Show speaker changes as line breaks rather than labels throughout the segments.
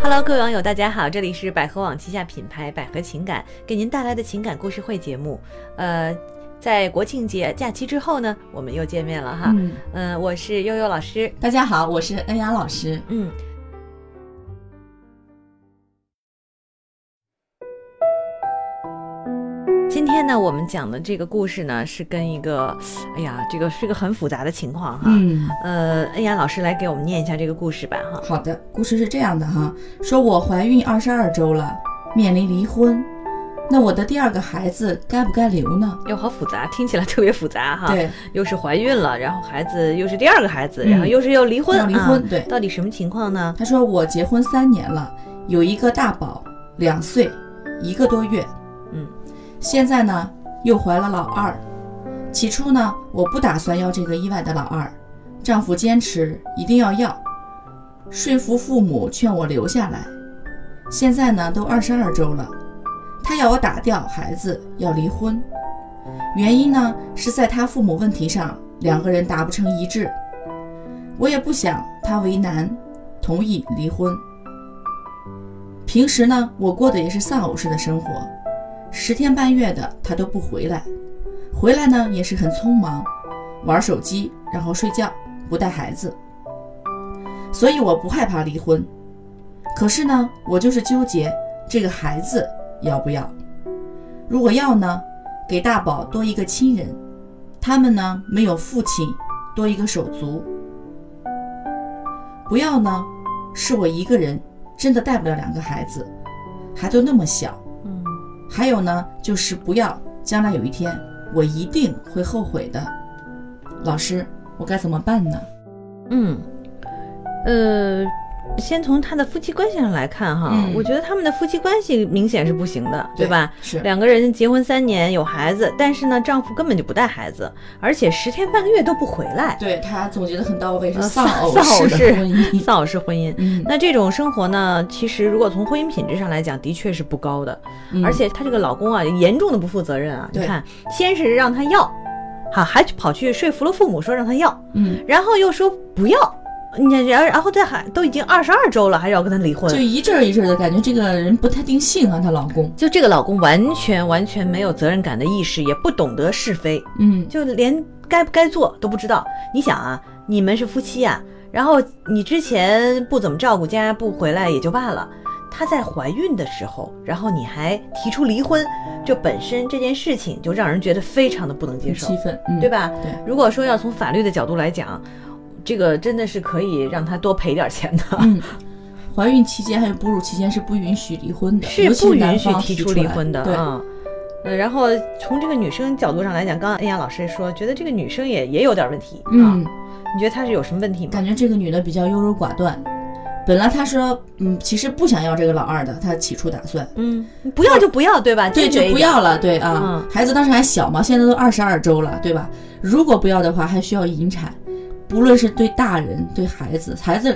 Hello，各位网友，大家好，这里是百合网旗下品牌百合情感给您带来的情感故事会节目。呃，在国庆节假期之后呢，我们又见面了哈。嗯、
嗯，
呃，我是悠悠老师。
大家好，我是恩雅老师。
嗯，今天呢，我们讲的这个故事呢，是跟一个，哎呀，这个是个很复杂的情况哈。
嗯，
呃，恩雅老师来给我们念一下这个故事吧哈。
好的，故事是这样的哈，说我怀孕二十二周了，面临离婚，那我的第二个孩子该不该留呢？
又好复杂，听起来特别复杂哈。
对，
又是怀孕了，然后孩子又是第二个孩子，
嗯
然后又是要离婚，
要离婚
啊
对
到底什么情况呢？
他说我结婚三年了，有一个大宝，两岁，一个多月，
嗯
现在呢又怀了老二。起初呢，我不打算要这个意外的老二，丈夫坚持一定要要，说服父母劝我留下来。现在呢都二十二周了，他要我打掉孩子，要离婚。原因呢是在他父母问题上两个人达不成一致，我也不想他为难，同意离婚。平时呢，我过的也是丧偶式的生活，十天半月的他都不回来，回来呢也是很匆忙，玩手机，然后睡觉，不带孩子。所以我不害怕离婚，可是呢，我就是纠结这个孩子要不要。如果要呢，给大宝多一个亲人，他们呢没有父亲，多一个手足。不要呢，是我一个人真的带不了两个孩子，还都那么小。
嗯
还有呢，就是不要，将来有一天我一定会后悔的。老师，我该怎么办呢？
嗯，呃，先从他的夫妻关系上来看哈，
嗯
我觉得他们的夫妻关系明显是不行的，对吧？？
是，
两个人结婚三年有孩子，但是呢，丈夫根本就不带孩子，而且十天半个月都不回来，
对他总结的很到位，是
呃
丧偶
丧偶
式
式
的婚 姻。
丧偶式婚姻。
嗯，
那这种生活呢，其实如果从婚姻品质上来讲，的确是不高的。
嗯
而且她这个老公啊，严重的不负责任啊！你
对
看，先是让她要，哈，还跑去说服了父母说让她要，
嗯，
然后又说不要，你然然后再还都已经二十二周了，还要跟她离婚
就。一阵儿一阵儿的感觉，这个人不太定性啊，她老公。
就这个老公完全完全没有责任感的意识，也不懂得是非，
嗯，
就连该不该做都不知道。你想啊，你们是夫妻呀、然后你之前不怎么照顾家，不回来也就罢了。她在怀孕的时候，然后你还提出离婚，这本身这件事情就让人觉得非常的不能接
很
受
气，愤，嗯，
对？吧？
对
如果说要从法律的角度来讲，这个真的是可以让她多赔点钱的。
嗯，怀孕期间还有哺乳期间是不允许离婚的，
是
尤其
不
男
允许
方
提出
出
离
来
婚的
对，
啊。呃，然后从这个女生角度上来讲，刚刚恩雅老师也说，觉得这个女生也也有点问题啊。
嗯，
你觉得她是有什么问题吗？
感觉这个女的比较优柔寡断。本来她说，嗯，其实不想要这个老二的，她起初打算，
嗯，不要就不要，对吧？
对，
坚决
就
一
不
点。
要了，对啊，
嗯
孩子当时还小嘛，现在都二十二周了，对吧？如果不要的话，还需要引产，不论是对大人对孩子，孩子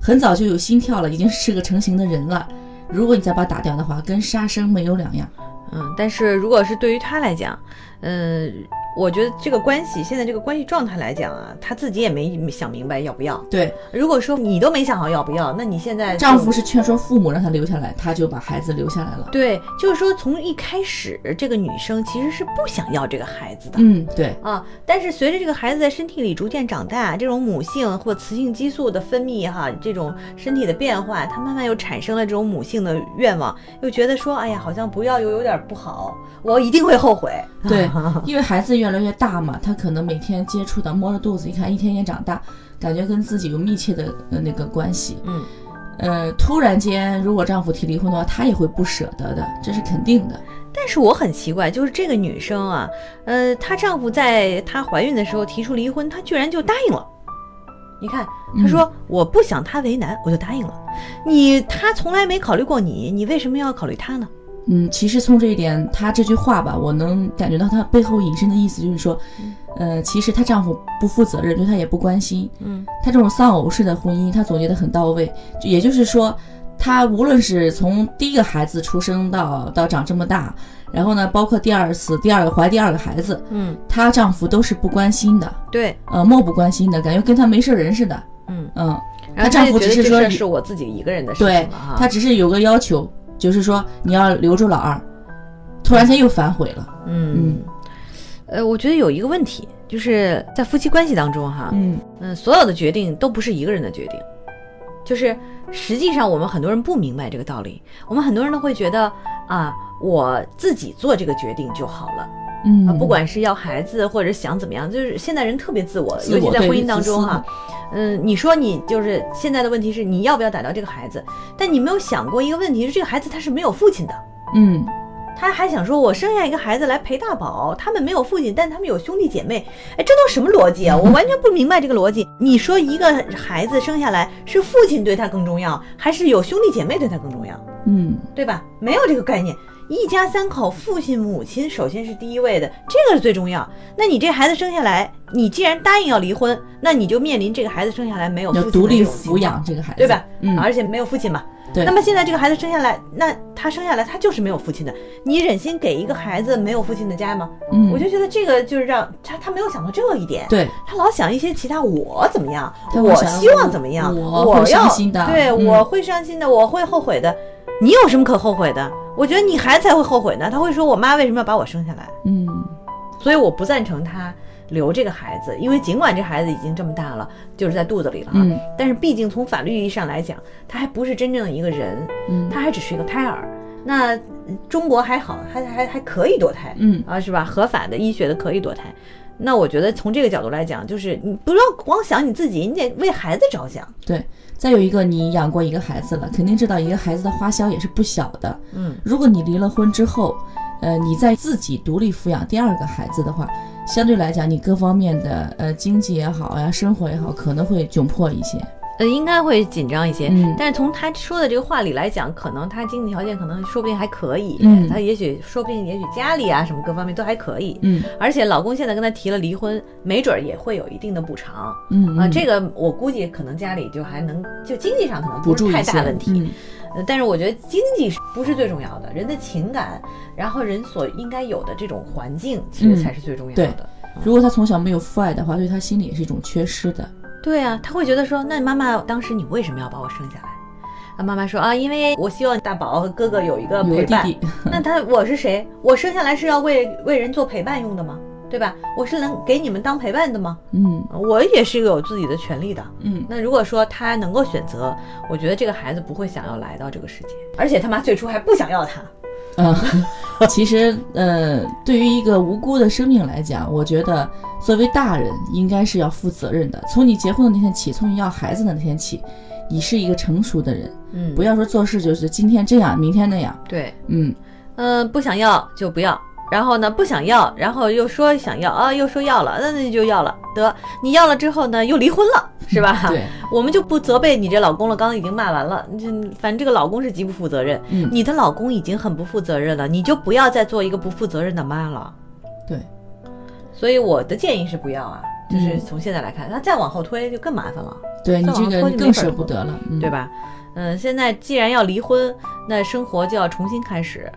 很早就有心跳了，已经是个成型的人了。如果你再把他打掉的话，跟杀生没有两样。
嗯，但是如果是对于她来讲，嗯，我觉得这个关系现在这个关系状态来讲啊，她自己也没想明白要不要。
对，
如果说你都没想好要不要，那你现在就
丈夫是劝说父母让他留下来，他就把孩子留下来了。
对，就是说从一开始，这个女生其实是不想要这个孩子的。
嗯，对，
啊，但是随着这个孩子在身体里逐渐长大，这种母性或雌性激素的分泌哈，这种身体的变化，他慢慢又产生了这种母性的愿望，又觉得说，哎呀，好像不要又有点不好，我一定会后悔。
对，因为孩子越来越大嘛，他可能每天接触的，摸着肚子一看，一天天长大，感觉跟自己有密切的呃那个关系。
嗯，
呃，突然间如果丈夫提离婚的话，她也会不舍得的，这是肯定的。
但是我很奇怪，就是这个女生啊，呃，她丈夫在她怀孕的时候提出离婚，她居然就答应了。你看，她说、我不想她为难，我就答应了。你她从来没考虑过你，你为什么要考虑她呢？
嗯，其实从这一点，她这句话吧，我能感觉到她背后隐身的意思，就是说，呃，其实她丈夫不负责任，对她也不关心。
嗯
她这种丧偶式的婚姻，她总结得很到位。就也就是说，她无论是从第一个孩子出生到到长这么大，然后呢，包括第二次、第二个怀第二个孩子，
嗯，
她丈夫都是不关心的，
对，
呃，漠不关心的感觉，跟她没事人似的。
嗯。
嗯，
然后
丈夫
就觉得
只是
这
说
事儿
你
是我自己一个人的事
对
情了哈。
他只是有个要求，就是说你要留住老二。突然间又反悔了，
嗯，呃，我觉得有一个问题，就是在夫妻关系当中哈，
嗯
嗯，所有的决定都不是一个人的决定，就是实际上我们很多人不明白这个道理，我们很多人都会觉得啊，我自己做这个决定就好了
嗯
啊，不管是要孩子或者想怎么样，就是现在人特别自我，
自我
尤其在
对
婚
于
姻当
自私
中哈，嗯，你说你就是现在的问题是你要不要打掉这个孩子，但你没有想过一个问题是这个孩子他是没有父亲的。
嗯
他还想说，我生下一个孩子来陪大宝，他们没有父亲，但他们有兄弟姐妹。哎，这都什么逻辑啊？我完全不明白这个逻辑。你说一个孩子生下来是父亲对他更重要，还是有兄弟姐妹对他更重要？
嗯
对吧？没有这个概念。一家三口，父亲母亲首先是第一位的，这个是最重要。那你这孩子生下来，你既然答应要离婚，那你就面临这个孩子生下来没有父
要
亲的
独立
哦这种情
抚
况
养这个孩子，
对吧？
嗯，
啊而且没有父亲嘛。
对
那么现在这个孩子生下来，那他生下来他就是没有父亲的，你忍心给一个孩子没有父亲的家吗？
嗯
我就觉得这个就是让他他没有想到这一点。
对，
他老想一些其他我怎么样，
对
我
我想
希望怎么样，
我
我
会
要
伤心的
对，
嗯
我会伤心的，我会后悔的。你有什么可后悔的？我觉得你孩子才会后悔呢。他会说我妈为什么要把我生下来？
嗯
所以我不赞成他留这个孩子，因为尽管这孩子已经这么大了，就是在肚子里了啊，
嗯
但是毕竟从法律意义上来讲，他还不是真正的一个人，
嗯
他还只是一个胎儿。那中国还好，还还还可以堕胎，
嗯
啊，是吧？合法的、医学的可以堕胎。那我觉得从这个角度来讲，就是你不要光想你自己，你得为孩子着想。
对。再有一个，你养过一个孩子了，肯定知道一个孩子的花销也是不小的。
嗯
如果你离了婚之后，呃，你再自己独立抚养第二个孩子的话，相对来讲，你各方面的呃经济也好呀、生活也好，可能会窘迫一些。
呃，应该会紧张一些，
嗯
但是从他说的这个话里来讲，可能他经济条件可能说不定还可以，
嗯
他也许说不定也许家里啊什么各方面都还可以，
嗯
而且老公现在跟她提了离婚，没准儿也会有一定的补偿
嗯
啊。这
个
个我估计可能家里就还能就经济上可能不是太大问题，
嗯
呃但是我觉得经济是不是最重要的，人的情感，然后人所应该有的这种环境，其实
嗯
才是最重要
对
的。
如果他从小没有父爱的话，对他心里也是一种缺失的。
对啊，他会觉得说，那妈妈当时你为什么要把我生下来？啊，妈妈说啊，因为我希望大宝和哥哥有一个
有
呃陪
个弟
伴。
弟，
那他我是谁？我生下来是要为为人做陪伴用的吗？对吧？我是能给你们当陪伴的吗？
嗯
我也是有自己的权利的。
嗯，
那如果说他能够选择，我觉得这个孩子不会想要来到这个世界，而且他妈最初还不想要他。
啊， 其实，呃，对于一个无辜的生命来讲，我觉得作为大人应该是要负责任的。从你结婚的那天起，从你要孩子的那天起，你是一个成熟的人，
嗯
不
要
要说做事就是今天这样，明天那样。
对，
嗯，
嗯、不想要就不要。然后呢，不想要，然后又说想要啊，又说要了，那那就要了。得，你要了之后呢，又离婚了，是吧？，
对，
我们就不责备你这老公了。刚刚已经骂完了，就反正这个老公是极不负责任。
嗯，
你的老公已经很不负责任了，你就不要再做一个不负责任的妈了。
对，
所以我的建议是不要啊，就是
嗯
从现在来看，那再往后推就更麻烦了，
对你
再
这
往
个
后
你
就没
更
法
舍
说
不得了，嗯、
对？吧？嗯，现在既然要离婚，那生活就要重新开始。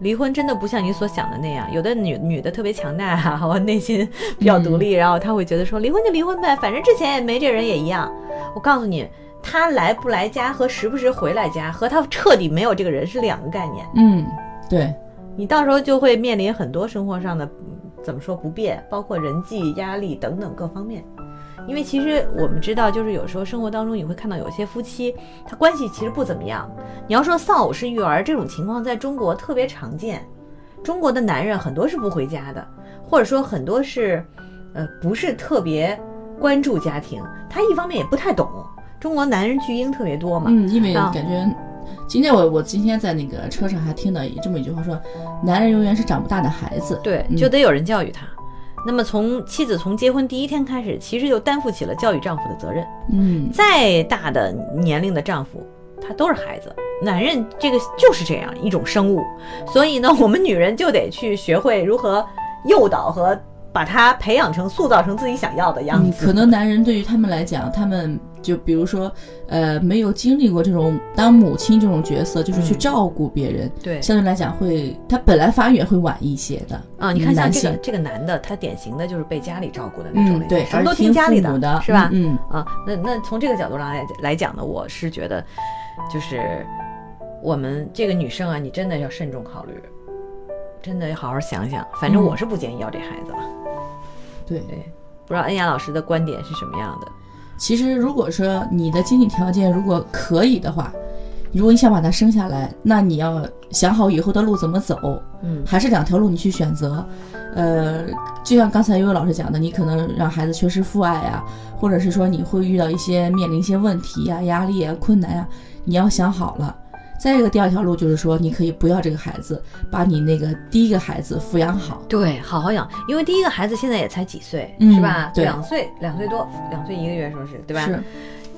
离婚真的不像你所想的那样，有的女女的特别强大啊，我内心比较独立，然后她会觉得说离婚就离婚呗，反正之前也没这人也一样。我告诉你，她来不来家和时不时回来家，和她彻底没有这个人是两个概念。
嗯，对，
你到时候就会面临很多生活上的嗯怎么说不便，包括人际压力等等各方面。因为其实我们知道，就是有时候生活当中你会看到有些夫妻，他关系其实不怎么样。你要说丧偶式育儿这种情况，在中国特别常见。中国的男人很多是不回家的，或者说很多是，呃，不是特别关注家庭。他一方面也不太懂，中国男人巨婴特别多嘛，
嗯，因为
啊
感觉。今天我我今天在那个车上还听到这么一句话说，男人永远是长不大的孩子。
对，
嗯
就得有人教育他。那么从妻子从结婚第一天开始，其实就担负起了教育丈夫的责任。
嗯，
再大的年龄的丈夫，他都是孩子。男人这个就是这样一种生物，所以呢，我们女人就得去学会如何诱导和把他培养成、塑造成自己想要的样
嗯，
子。
可能男人对于他们来讲，他们就比如说，呃，没有经历过这种当母亲这种角色，就是去
嗯
照顾别人，
对
相对来讲会，他本来发育也会晚一些的
啊，你看像
男
这个
性
这个男的，他典型的就是被家里照顾的那种类型，
嗯，对，
什
而
么都
听
家
父
里
母的，
是吧？
嗯，嗯
啊，那那从这个角度上来来讲呢，我是觉得，就是我们这个女生啊，你真的要慎重考虑，真的要好好想想。反正
嗯
我是不建议要这孩子了。
对。
对，不知道恩雅老师的观点是什么样的？
其实如果说你的经济条件如果可以的话，如果你想把他生下来，那你要想好以后的路怎么走，
嗯
还是两条路你去选择。呃，就像刚才悠悠老师讲的，你可能让孩子缺失父爱啊，或者是说你会遇到一些面临一些问题呀、压力啊、困难呀、你要想好了。再一个，第二条路就是说，你可以不要这个孩子，把你那个第一个孩子抚养好。
对，好好养，因为第一个孩子现在也才几岁，
嗯
是吧？
对
两岁，两岁多，两岁一个月，是不是？对吧？
是，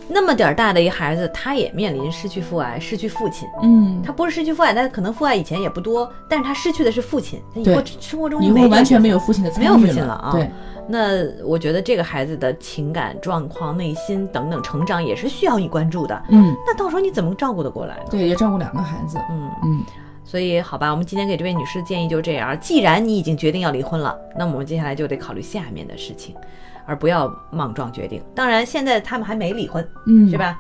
那么点儿大的一孩子，他也面临失去父爱，失去父亲。
嗯，
他不是失去父爱，他可能父爱以前也不多，但是他失去的是父亲，他以
对
后生活中
你
就没
会
这
完
个
全没
角色
有父亲的参
没
与
有父亲了啊
对，
那我觉得这个孩子的情感状况、内心等等成长也是需要你关注的。
嗯，
那到时候你怎么照顾得过来呢？
对，也照顾两个孩子。
嗯，
嗯，
所以好吧，我们今天给这位女士建议就这样：既然你已经决定要离婚了，那么我们接下来就得考虑下面的事情，而不要莽撞决定。当然，现在他们还没离婚，
嗯，
是？吧？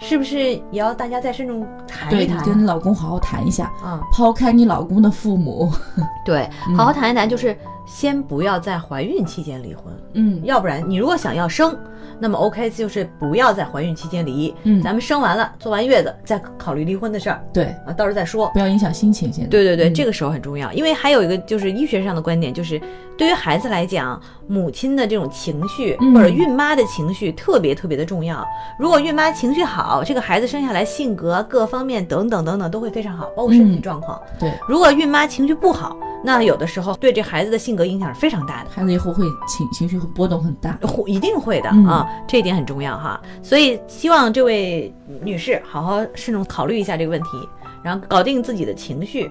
是不是也要大家再慎重谈
对
一
你
谈啊？
跟你老公好好谈一下，
啊、
抛开你老公的父母，
对，
嗯
好好谈一谈，就是先不要在怀孕期间离婚，
嗯，
要不然你如果想要生，那么 OK 就是不要在怀孕期间离，
嗯
咱们生完了坐完月子再考虑离婚的事儿
对，
啊，到时候再说。
不要影响心情。现在，
对对对，
嗯
这个时候很重要，因为还有一个就是医学上的观点，就是对于孩子来讲，母亲的这种情绪
嗯
或者孕妈的情绪特别特别的重要。如果孕妈情绪好，这个孩子生下来性格各方面等等等等都会非常好，包括身体
嗯
状况。
对，
如果孕妈情绪不好，那有的时候对这孩子的性格影响是非常大的。
孩子以后会情情绪会波动很大。
会一定会的、
嗯
啊，这一点很重要哈。所以希望这位女士好好慎重考虑一下这个问题，然后搞定自己的情绪。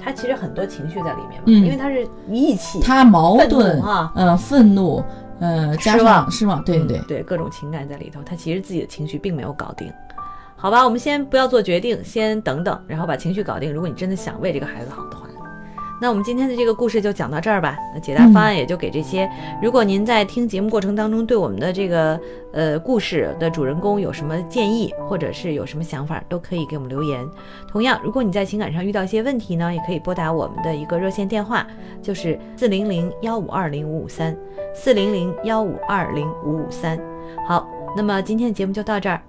她其实很多情绪在里面嘛，
嗯
因为她是义气、
他矛盾
愤怒啊，
嗯，愤怒，呃，加
失望
上失望，对
嗯
对，
对各种情感在里头，她其实自己的情绪并没有搞定。好吧，我们先不要做决定，先等等，然后把情绪搞定。如果你真的想为这个孩子好的话，那我们今天的这个故事就讲到这儿吧。那解答方案也就给这些。如果您在听节目过程当中对我们的这个呃故事的主人公有什么建议，或者是有什么想法，都可以给我们留言。同样，如果你在情感上遇到一些问题呢，也可以拨打我们的一个热线电话，就是四零零幺五二零五五三，四零零幺五二零五五三。好，那么今天的节目就到这儿，